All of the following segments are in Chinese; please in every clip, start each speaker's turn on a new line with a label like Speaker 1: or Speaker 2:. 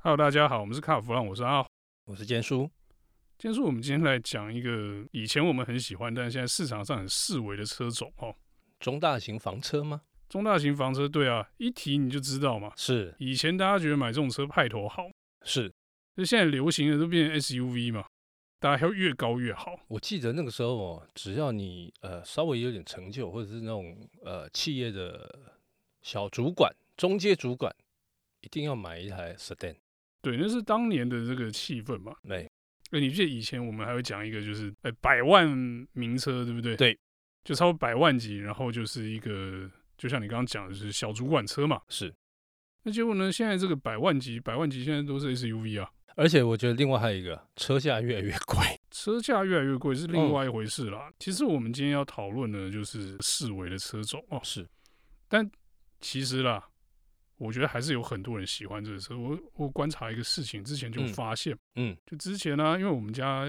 Speaker 1: Hello，大家好，我们是卡弗朗，我是阿豪。
Speaker 2: 我是坚叔。
Speaker 1: 今天说我们今天来讲一个以前我们很喜欢，但是现在市场上很视为的车种哦，
Speaker 2: 中大型房车吗？
Speaker 1: 中大型房车。对啊，一提你就知道嘛。
Speaker 2: 是
Speaker 1: 以前大家觉得买这种车派头好，
Speaker 2: 是，
Speaker 1: 就现在流行的都变成 SUV 嘛，大家要越高越好。
Speaker 2: 我记得那个时候哦，只要你呃稍微有点成就，或者是那种呃企业的小主管、中阶主管，一定要买一台 sedan。
Speaker 1: 对，那是当年的这个气氛嘛。
Speaker 2: 对，
Speaker 1: 哎，你记得以前我们还会讲一个，就是哎百万名车，对不对？
Speaker 2: 对，
Speaker 1: 就超过百万级，然后就是一个，就像你刚刚讲的，就是小主管车嘛。
Speaker 2: 是。
Speaker 1: 那结果呢？现在这个百万级，百万级现在都是 SUV 啊，
Speaker 2: 而且我觉得另外还有一个，车价越来越贵。
Speaker 1: 车价越来越贵是另外一回事啦。其实我们今天要讨论的就是四维的车种哦。
Speaker 2: 是，
Speaker 1: 其实啦，我觉得还是有很多人喜欢这个车。我我观察一个事情，之前就
Speaker 2: 嗯
Speaker 1: 发现，
Speaker 2: 嗯，
Speaker 1: 就之前呢、因为我们家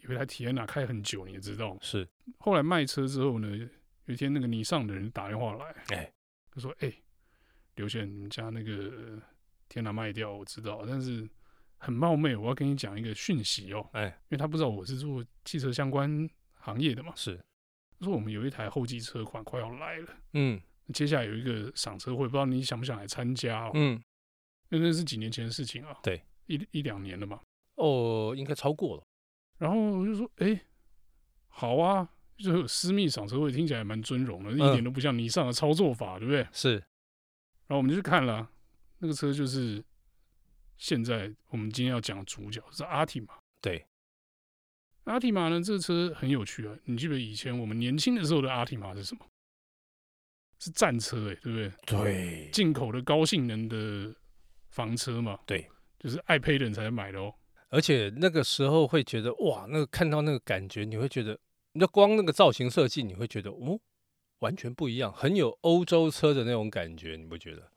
Speaker 1: 有一台体验拿开很久，你也知道。
Speaker 2: 是，
Speaker 1: 后来卖车之后呢，有一天那个尼桑的人打电话来，
Speaker 2: 哎，
Speaker 1: 就说：“哎、刘先生，你们家那个呃天拿卖掉，我知道，但是很冒昧，我要跟你讲一个讯息哦。”
Speaker 2: 哎，
Speaker 1: 因为他不知道我是做汽车相关行业的嘛，
Speaker 2: 是，
Speaker 1: 他说我们有一台后继车款快要来了，
Speaker 2: 嗯
Speaker 1: 接下来有一个赏车会，不知道你想不想来参加哦？
Speaker 2: 嗯，
Speaker 1: 因为那是几年前的事情啊，
Speaker 2: 对，
Speaker 1: 一一两年了嘛。
Speaker 2: 哦，应该超过了。
Speaker 1: 然后我就说，哎、好啊，就是有私密赏车会，听起来蛮尊荣的，一
Speaker 2: 嗯
Speaker 1: 点都不像尼桑的操作法，对不对？
Speaker 2: 是，
Speaker 1: 然后我们就去看了啊、那个车，就是现在我们今天要讲的主角是阿提玛。
Speaker 2: 对，
Speaker 1: 阿提玛呢，这车很有趣啊。你记不记得以前我们年轻的时候的阿提玛是什么？是战车、欸，哎，对不对？
Speaker 2: 对，
Speaker 1: 进口的高性能的房车嘛。
Speaker 2: 对，
Speaker 1: 就是爱配的人才买的哦。
Speaker 2: 而且那个时候会觉得哇，那个看到那个感觉，你会觉得，那光那个造型设计，你会觉得哦，完全不一样，很有欧洲车的那种感觉，你不觉得？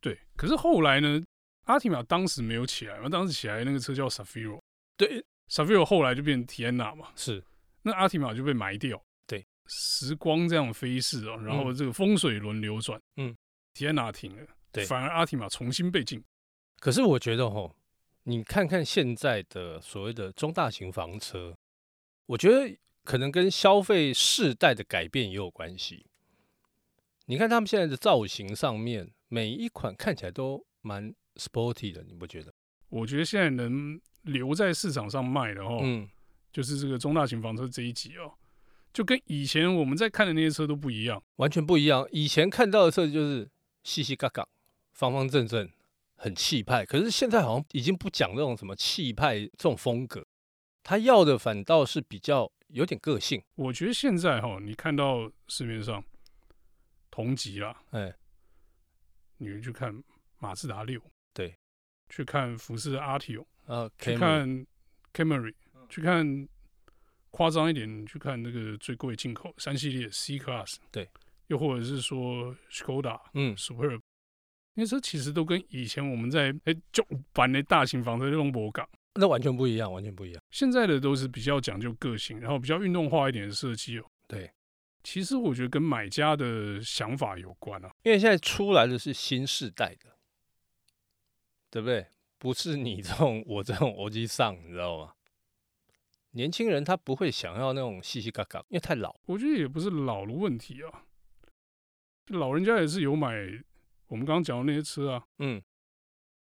Speaker 1: 对，可是后来呢，阿提玛当时没有起来嘛，当时起来那个车叫 Safiro。
Speaker 2: 对，
Speaker 1: Safiro 后来就变 Tiana 嘛，
Speaker 2: 是
Speaker 1: 那阿提玛就被埋掉。
Speaker 2: 对，
Speaker 1: 时光这样飞逝哦，然后这个风水轮流转，
Speaker 2: 嗯
Speaker 1: ，Tiana 停了，
Speaker 2: 对
Speaker 1: 反而阿提玛重新被禁。
Speaker 2: 可是我觉得吼，你看看现在的所谓的中大型房车，我觉得可能跟消费世代的改变也有关系。你看他们现在的造型上面，每一款看起来都蛮 sporty 的，你不觉得？
Speaker 1: 我觉得现在能留在市场上卖的哦，
Speaker 2: 嗯，
Speaker 1: 就是这个中大型房车这一集哦，就跟以前我们在看的那些车都不一样。
Speaker 2: 完全不一样。以前看到的设计就是细细嘎嘎、方方正正，很气派。可是现在好像已经不讲那种什么气派这种风格，他要的反倒是比较有点个性。
Speaker 1: 我觉得现在哈、哦，你看到市面上同级啦，
Speaker 2: 哎，
Speaker 1: 你去看马自达六，
Speaker 2: 对，
Speaker 1: 去看福斯阿提哦欧，
Speaker 2: 呃，
Speaker 1: 去
Speaker 2: Camry，
Speaker 1: 看 Camry，去看夸张一点，你去看那个最贵进口三系列 C Class，
Speaker 2: 对，
Speaker 1: 又或者是说 Skoda
Speaker 2: 嗯，
Speaker 1: Superb，那些车其实都跟以前我们在哎旧版的大型房车那种博港。
Speaker 2: 那完全不一样，完全不一样。
Speaker 1: 现在的都是比较讲究个性，然后比较运动化一点的设计哦。
Speaker 2: 对，
Speaker 1: 其实我觉得跟买家的想法有关啊。
Speaker 2: 因为现在出来的是新世代的，对不对？不是你这种我这种欧基上，你知道吗？年轻人他不会想要那种细细嘎嘎，因为太老。
Speaker 1: 我觉得也不是老的问题啊，老人家也是有买我们刚刚讲的那些车啊，
Speaker 2: 嗯，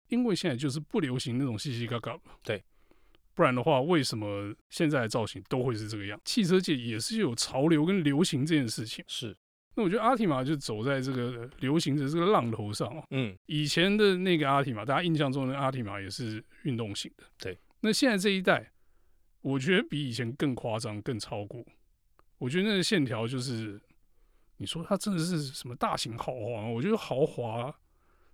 Speaker 1: 因为现在就是不流行那种细细嘎嘎了。
Speaker 2: 对，
Speaker 1: 不然的话，为什么现在的造型都会是这个样？汽车界也是有潮流跟流行这件事情。
Speaker 2: 是，
Speaker 1: 那我觉得阿提玛就走在这个流行的这个浪头上哦。
Speaker 2: 嗯，
Speaker 1: 以前的那个阿提玛，大家印象中的阿提玛也是运动型的。
Speaker 2: 对，
Speaker 1: 那现在这一代，我觉得比以前更夸张、更超过。我觉得那个线条就是，你说它真的是什么大型豪华吗？我觉得豪华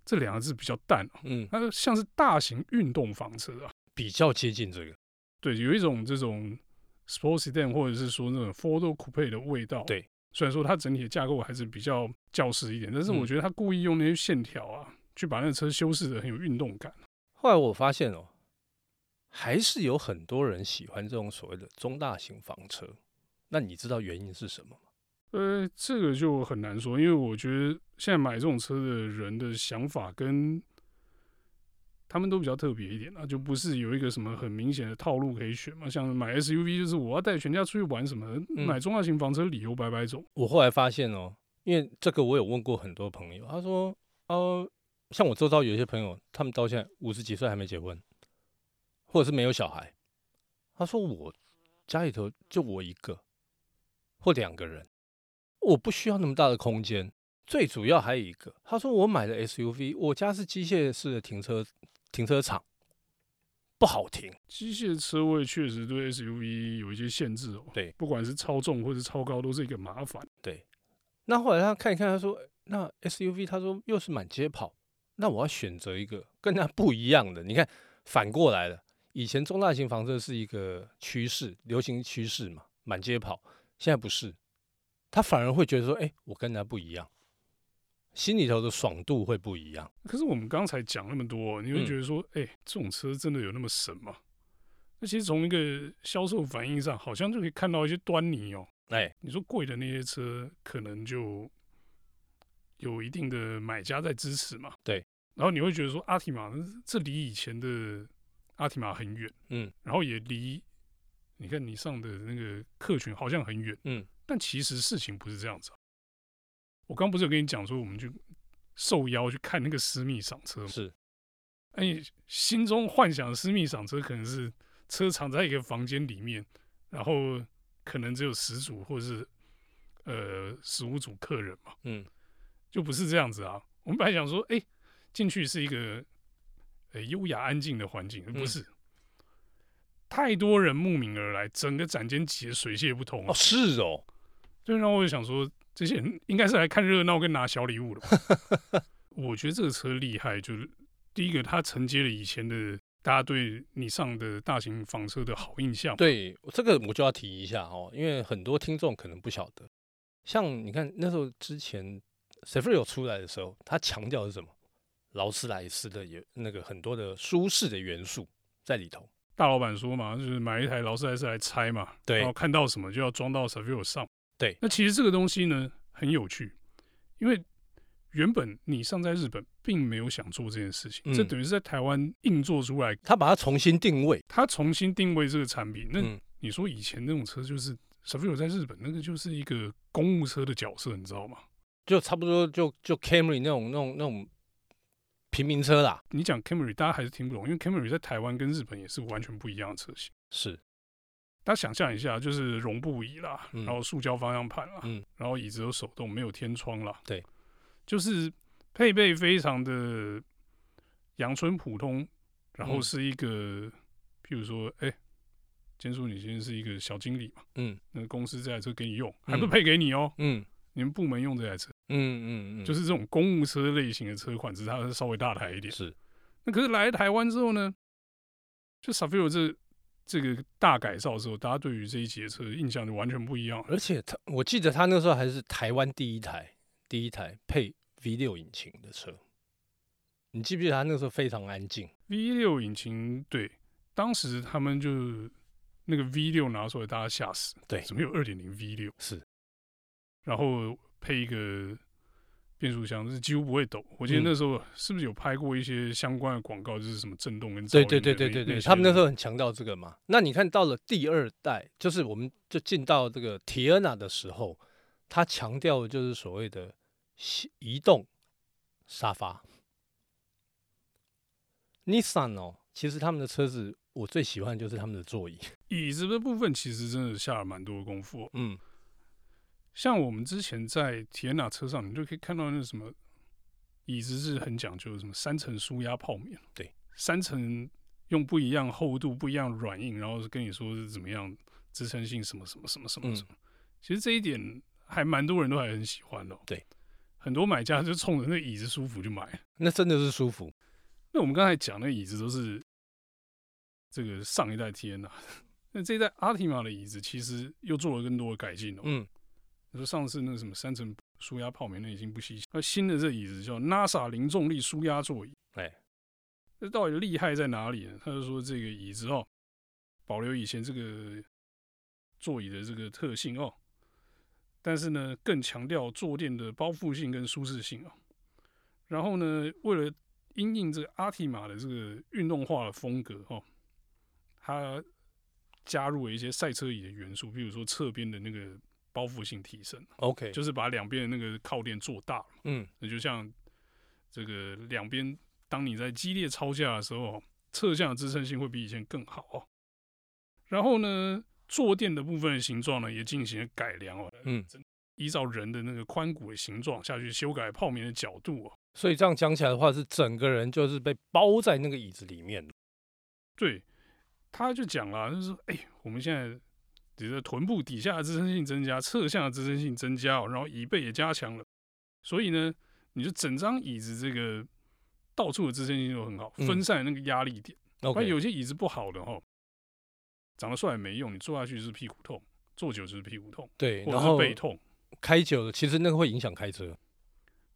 Speaker 1: 这两个字比较淡、啊，
Speaker 2: 嗯，
Speaker 1: 它像是大型运动房车啊。
Speaker 2: 比较接近这个。
Speaker 1: 对，有一种这种 sports sedan 或者是说那种 Ford coupe 的味道。
Speaker 2: 对，
Speaker 1: 虽然说它整体的架构还是比较教室一点，但是
Speaker 2: 嗯
Speaker 1: 我觉得它故意用那些线条啊，去把那个车修饰的很有运动感。
Speaker 2: 后来我发现哦，还是有很多人喜欢这种所谓的中大型房车。那你知道原因是什么吗？
Speaker 1: 呃，这个就很难说，因为我觉得现在买这种车的人的想法跟他们都比较特别一点啊，就不是有一个什么很明显的套路可以选嘛。像买 SUV 就是我要带全家出去玩什么，
Speaker 2: 嗯
Speaker 1: 买中大型房车理由百百种。
Speaker 2: 我后来发现哦，因为这个我有问过很多朋友，他说，呃，像我周遭有一些朋友，他们到现在五十几岁还没结婚，或者是没有小孩。他说我家里头就我一个或两个人，我不需要那么大的空间。最主要还有一个，他说我买的 SUV，我家是机械式的停车停车场，不好停。
Speaker 1: 机械车位确实对 SUV 有一些限制哦，
Speaker 2: 对
Speaker 1: 不管是超重或者超高都是一个麻烦。
Speaker 2: 那后来他看一看，他说：“那 SUV，他说又是满街跑，那我要选择一个跟它不一样的。你看，反过来了，以前中大型房车是一个趋势，流行趋势嘛，满街跑，现在不是，他反而会觉得说：‘哎、我跟人家不一样’，心里头的爽度会不一样。
Speaker 1: 可是我们刚才讲那么多，你会觉得说，哎、这种车真的有那么神吗？那其实从一个销售反应上，好像就可以看到一些端倪哦。
Speaker 2: 哎、
Speaker 1: 你说贵的那些车，可能就有一定的买家在支持嘛。
Speaker 2: 对。
Speaker 1: 然后你会觉得说，阿提玛这离以前的阿提玛很远，
Speaker 2: 嗯，
Speaker 1: 然后也离你看你上的那个客群好像很远，
Speaker 2: 嗯，
Speaker 1: 但其实事情不是这样子啊、我刚不是有跟你讲说，我们去受邀去看那个私密赏车吗？
Speaker 2: 是
Speaker 1: 哎，你心中幻想的私密赏车可能是车藏在一个房间里面，然后可能只有十组或是呃十五组客人嘛，
Speaker 2: 嗯，
Speaker 1: 就不是这样子啊。我们本来想说，哎，进去是一个呃优雅安静的环境，不是。太多人慕名而来，整个展间挤得水泄不通啊
Speaker 2: 哦，是哦，
Speaker 1: 对，然后我就想说，这些人应该是来看热闹跟拿小礼物的吧。 我觉得这个车厉害，就是第一个，它承接了以前的大家对你上的大型房车的好印象。，
Speaker 2: 对，这个我就要提一下哦，因为很多听众可能不晓得，像你看那时候之前 s e f r i o 出来的时候，他强调的是什么？劳斯莱斯的也那个很多的舒适的元素在里头。
Speaker 1: 大老板说嘛，就是买一台劳斯莱斯来拆嘛，
Speaker 2: 对
Speaker 1: 然后看到什么就要装到 s a v i o 上。
Speaker 2: 对
Speaker 1: 那其实这个东西呢很有趣，因为原本你上在日本并没有想做这件事情，
Speaker 2: 嗯
Speaker 1: 这等于是在台湾硬做出来，
Speaker 2: 他把它重新定位，
Speaker 1: 他重新定位这个产品。那
Speaker 2: 嗯，
Speaker 1: 你说以前那种车就是 s a v i o 在日本那个就是一个公务车的角色，你知道吗？
Speaker 2: 就差不多就就 Camry 那种那种那种平民车啦，
Speaker 1: 你讲 Camry 大家还是听不懂，因为 Camry 在台湾跟日本也是完全不一样的车型。
Speaker 2: 是
Speaker 1: 大家想象一下，就是绒布椅啦，
Speaker 2: 嗯
Speaker 1: 然后塑胶方向盘啦，
Speaker 2: 嗯
Speaker 1: 然后椅子有手动，没有天窗啦，
Speaker 2: 对，
Speaker 1: 就是配备非常的阳春普通，然后
Speaker 2: 嗯
Speaker 1: 是一个，譬如说，哎、坚叔，你现在是一个小经理嘛，
Speaker 2: 嗯
Speaker 1: 那公司这台车给你用，还
Speaker 2: 嗯
Speaker 1: 不配给你哦，
Speaker 2: 嗯
Speaker 1: 你们部门用这台车。
Speaker 2: 嗯嗯嗯，
Speaker 1: 就是这种公务车类型的车款，只是它稍微大台一点。
Speaker 2: 是
Speaker 1: 那可是来台湾之后呢，就 s a f i r o 这这个大改造之后，大家对于这一节车印象就完全不一样了。
Speaker 2: 而且他，我记得他那时候还是台湾第一台第一台配 V 六引擎的车。你记不记得他那时候非常安静？
Speaker 1: V 六引擎，对，当时他们就那个 V 六拿出来，大家吓死。
Speaker 2: 对
Speaker 1: 怎么有二点零 V 六？
Speaker 2: 是
Speaker 1: 然后配一个变速箱，是几乎不会抖。我记得
Speaker 2: 嗯
Speaker 1: 那时候是不是有拍过一些相关的广告，就是什么震动跟噪
Speaker 2: 对
Speaker 1: 音
Speaker 2: 对对
Speaker 1: 的
Speaker 2: 对
Speaker 1: 那
Speaker 2: 对
Speaker 1: 那
Speaker 2: 对，
Speaker 1: 些
Speaker 2: 他们那
Speaker 1: 东
Speaker 2: 时候很强调这个嘛。那你看到了第二代，就是我们就进到这个 Tiana 的时候，他强调的就是所谓的西移动沙发。Nissan 哦，其实他们的车子我最喜欢的就是他们的座椅。
Speaker 1: 椅子的部分，其实真的下了蛮多的功夫哦、
Speaker 2: 嗯，
Speaker 1: 像我们之前在铁纳车上，你就可以看到那什么椅子是很讲究什么三层舒压泡棉，
Speaker 2: 对，
Speaker 1: 三层用不一样厚度、不一样软硬，然后是跟你说是怎么样支撑性什么什么什么什么
Speaker 2: 嗯
Speaker 1: 什么。其实这一点还蛮多人都还很喜欢的、哦，
Speaker 2: 对，
Speaker 1: 很多买家就冲着那椅子舒服就买了。
Speaker 2: 那真的是舒服。
Speaker 1: 那我们刚才讲那椅子都是这个上一代 T N 啊， 那这一代阿提玛的椅子其实又做了更多的改进哦。
Speaker 2: 嗯，
Speaker 1: 你说上次那个什么三层舒压泡棉那已经不稀奇，那新的这椅子叫 NASA 零重力舒压座椅，
Speaker 2: 哎，
Speaker 1: 这到底厉害在哪里呢？他就说这个椅子哦，保留以前这个座椅的这个特性哦，但是呢，更强调坐垫的包覆性跟舒适性哦。然后呢，为了因应这个阿提玛的这个运动化的风格哦，它加入了一些赛车椅的元素，比如说侧边的那个包覆性提升，
Speaker 2: OK，
Speaker 1: 就是把两边的那个靠垫做大了嘛。
Speaker 2: 嗯
Speaker 1: 那就像这个两边，当你在激烈超架的时候，哦侧向的支撑性会比以前更好哦。然后呢，坐垫的部分的形状呢也进行了改良哦，
Speaker 2: 嗯，
Speaker 1: 依照人的那个髋骨的形状下去修改泡棉的角度哦。
Speaker 2: 所以这样讲起来的话，是整个人就是被包在那个椅子里面的。
Speaker 1: 对，他就讲了，就是说哎、我们现在你的臀部底下的支撑性增加，侧向的支撑性增加、哦，然后椅背也加强了，所以呢，你就整张椅子这个到处的支撑性都很好，
Speaker 2: 嗯
Speaker 1: 分散那个压力点。关
Speaker 2: OK，
Speaker 1: 有些椅子不好的哈，长得帅也没用，你坐下去就是屁股痛，坐久就是屁股痛，
Speaker 2: 对，
Speaker 1: 或
Speaker 2: 然
Speaker 1: 者
Speaker 2: 后
Speaker 1: 是背痛。
Speaker 2: 开久了，其实那个会影响开车。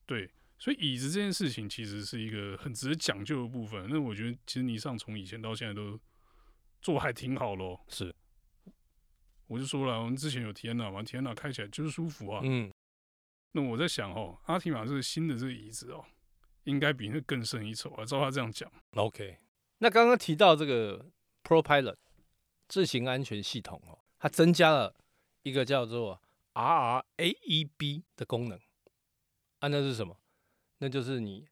Speaker 1: 对，所以椅子这件事情其实是一个很值得讲究的部分。那我觉得其实尼尚从以前到现在都做得还挺好咯。
Speaker 2: 是，
Speaker 1: 我就说了，我们之前有天呐嘛，天呐开起来就是舒服啊。
Speaker 2: 嗯，
Speaker 1: 那我在想哦，阿提玛这个新的这个椅子哦，应该比那更胜一筹啊。照他这样讲，
Speaker 2: OK，那刚刚提到这个 Pro Pilot 自行安全系统哦，它增加了一个叫做 RRAEB E 的功能啊，那是什么？那就是你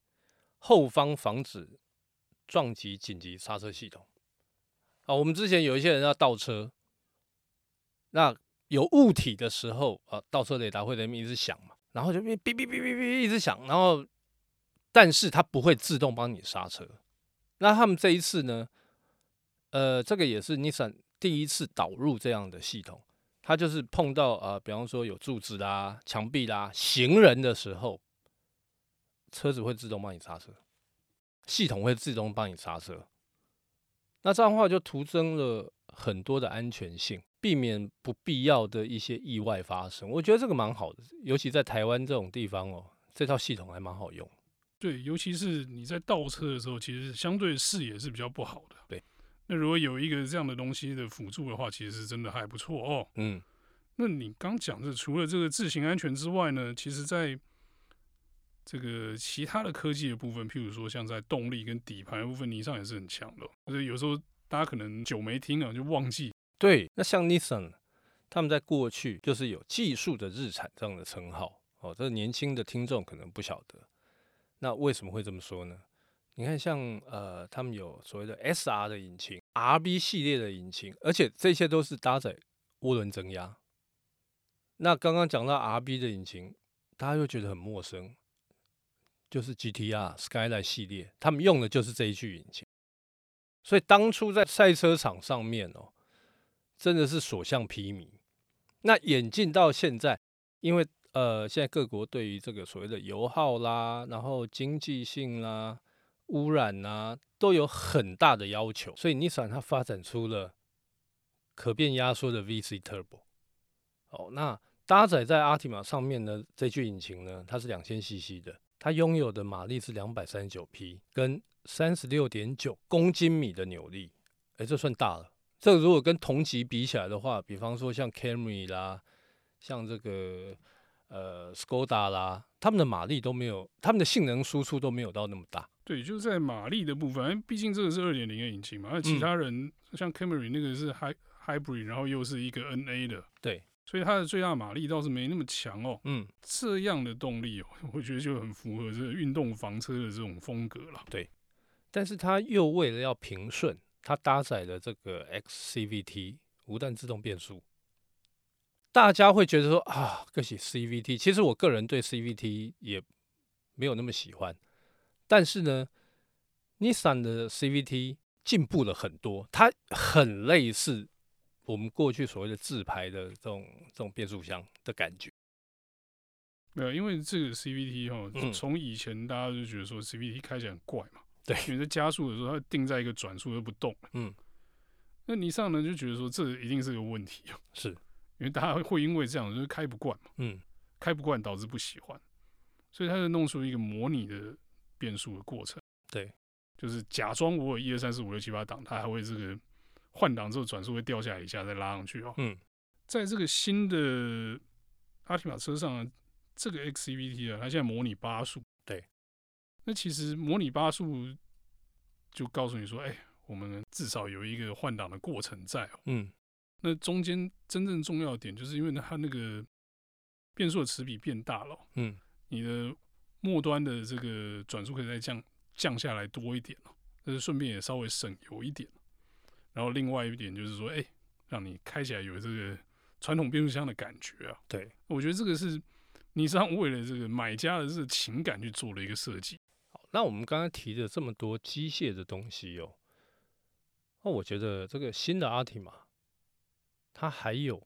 Speaker 2: 后方防止撞击紧急刹车系统啊。我们之前有一些人要倒车，那有物体的时候啊，倒车雷达会在那边一直响嘛，然后就哔哔哔哔哔哔一直响，然后但是它不会自动帮你刹车。那他们这一次呢，呃，这个也是 Nissan 第一次导入这样的系统，它就是碰到呃，比方说有柱子啦、墙壁啦、行人的时候，车子会自动帮你刹车，系统会自动帮你刹车。那这样的话就徒增了很多的安全性，避免不必要的一些意外发生。我觉得这个蛮好的，尤其在台湾这种地方哦，这套系统还蛮好用。
Speaker 1: 对，尤其是你在倒车的时候，其实相对视野是比较不好的。
Speaker 2: 对，
Speaker 1: 那如果有一个这样的东西的辅助的话，其实是真的还不错哦。
Speaker 2: 嗯，
Speaker 1: 那你刚讲的，除了这个自行安全之外呢，其实在这个其他的科技的部分，譬如说像在动力跟底盘的部分，尼桑也是很强的哦。就是有时候大家可能久没听啊，就忘记。
Speaker 2: 对，那像 Nissan，他们在过去就是有技术的日产这样的称号哦，这年轻的听众可能不晓得。那为什么会这么说呢？你看像，呃，他们有所谓的 SR 的引擎、RB 系列的引擎，而且这些都是搭载涡轮增压。那刚刚讲到 RB 的引擎，大家又觉得很陌生，就是 GTR、Skyline 系列，他们用的就是这一具引擎。所以当初在赛车场上面哦，真的是所向披靡。那演进到现在，因为呃，现在各国对于这个所谓的油耗啦，然后经济性啦、污染啦，都有很大的要求，所以 Nissan 它发展出了可变压缩的 VC Turbo。哦，那搭载在 Altima 上面的这具引擎呢，它是两千 CC 的，它拥有的马力是两百三十九匹，跟三十六点九公斤米的扭力，哎，这算大了。这个如果跟同级比起来的话，比方说像 Camry 啦，像这个呃 Skoda 啦，他们的马力都没有，他们的性能输出都没有到那么大。
Speaker 1: 对，就是在马力的部分，哎毕竟这个是二点零的引擎嘛，那其他人、像 Camry 那个是 Hy Hybrid，然后又是一个 NA 的，
Speaker 2: 对，
Speaker 1: 所以它的最大马力倒是没那么强哦。
Speaker 2: 嗯，
Speaker 1: 这样的动力哦，我觉得就很符合这个运动房车的这种风格了。
Speaker 2: 但是它又为了要平顺，它搭载了这个 XCVT 无弹自动变速。大家会觉得说啊，可惜 CVT。其实我个人对 CVT 也没有那么喜欢，但是呢，Nissan 的 CVT 进步了很多，它很类似我们过去所谓的自排的这种这种变速箱的感觉。
Speaker 1: 没有，因为这个 CVT 哈，
Speaker 2: 嗯
Speaker 1: 从以前大家就觉得说 CVT 开起来很怪嘛，
Speaker 2: 对
Speaker 1: 因为在加速的时候它定在一个转速就不动了，
Speaker 2: 嗯，
Speaker 1: 那尼桑呢就觉得说这一定是个问题哦，
Speaker 2: 是，
Speaker 1: 因为大家会因为这样就是开不惯嘛，
Speaker 2: 嗯，
Speaker 1: 开不惯导致不喜欢，所以他就弄出一个模拟的变速的过程，
Speaker 2: 对，
Speaker 1: 就是假装我有一二三四五六七八档，它还会这个换挡之后转速会掉下来一下再拉上去哦，
Speaker 2: 嗯，
Speaker 1: 在这个新的阿提玛车上啊，这个 XCVT 啊，它现在模拟八速。
Speaker 2: 对，
Speaker 1: 那其实模拟八速就告诉你说，哎、我们至少有一个换挡的过程在哦、
Speaker 2: 嗯，
Speaker 1: 那中间真正重要的点，就是因为它那个变速的齿比变大了哦、
Speaker 2: 嗯
Speaker 1: 你的末端的这个转速可以再降降下来多一点哦、但是顺便也稍微省油一点。然后另外一点就是说，哎、让你开起来有这个传统变速箱的感觉啊。
Speaker 2: 对，
Speaker 1: 我觉得这个是尼桑为了这个买家的这个情感去做的一个设计。
Speaker 2: 好，那我们刚刚提的这么多机械的东西哦，那我觉得这个新的阿提玛，它还有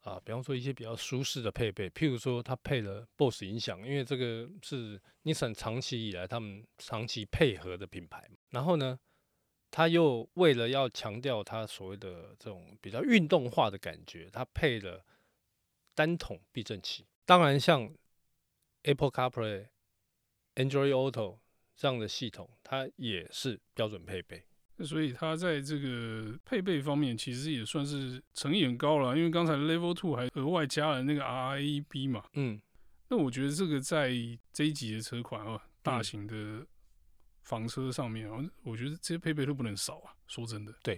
Speaker 2: 啊，比方说一些比较舒适的配备，譬如说它配了 BOSS 音响，因为这个是 Nissan 长期以来他们长期配合的品牌嘛。然后呢，它又为了要强调它所谓的这种比较运动化的感觉，它配了单筒避震器。当然，像 Apple CarPlay、Android Auto 这样的系统，它也是标准配备。
Speaker 1: 所以它在这个配备方面，其实也算是诚意很高了，因为刚才 Level Two 还额外加了那个 RAB 嘛。
Speaker 2: 嗯，
Speaker 1: 那我觉得这个在这一级的车款啊，大
Speaker 2: 嗯
Speaker 1: 型的房车上面啊，我觉得这些配备都不能少啊。说真的，
Speaker 2: 对，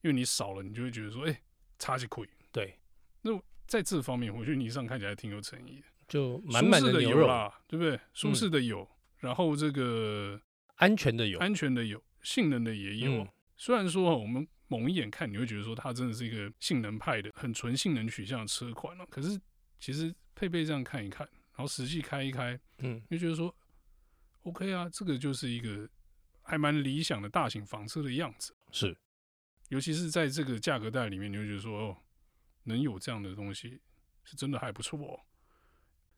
Speaker 1: 因为你少了，你就会觉得说，哎、差几亏。
Speaker 2: 对，
Speaker 1: 在这方面，我觉得尼桑看起来挺有诚意的，
Speaker 2: 就满满
Speaker 1: 舒适的
Speaker 2: 牛
Speaker 1: 有
Speaker 2: 肉，嗯
Speaker 1: 啦，对不对？舒适的有，然后这个
Speaker 2: 安全的油，
Speaker 1: 安全的有，性能的也有。
Speaker 2: 嗯
Speaker 1: 虽然说啊我们猛一眼看，你会觉得说它真的是一个性能派的、很纯性能取向的车款了、可是其实配备这样看一看，然后实际开一开，
Speaker 2: 嗯
Speaker 1: 你就觉得说，OK 啊，这个就是一个还蛮理想的大型房车的样子。
Speaker 2: 是，
Speaker 1: 尤其是在这个价格带里面，你会觉得说，哦，能有这样的东西，是真的还不错哦。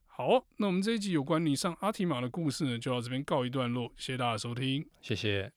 Speaker 1: 好，哦那我们这一集有关尼桑阿提玛的故事呢，就到这边告一段落，谢谢大家的收听。
Speaker 2: 谢谢。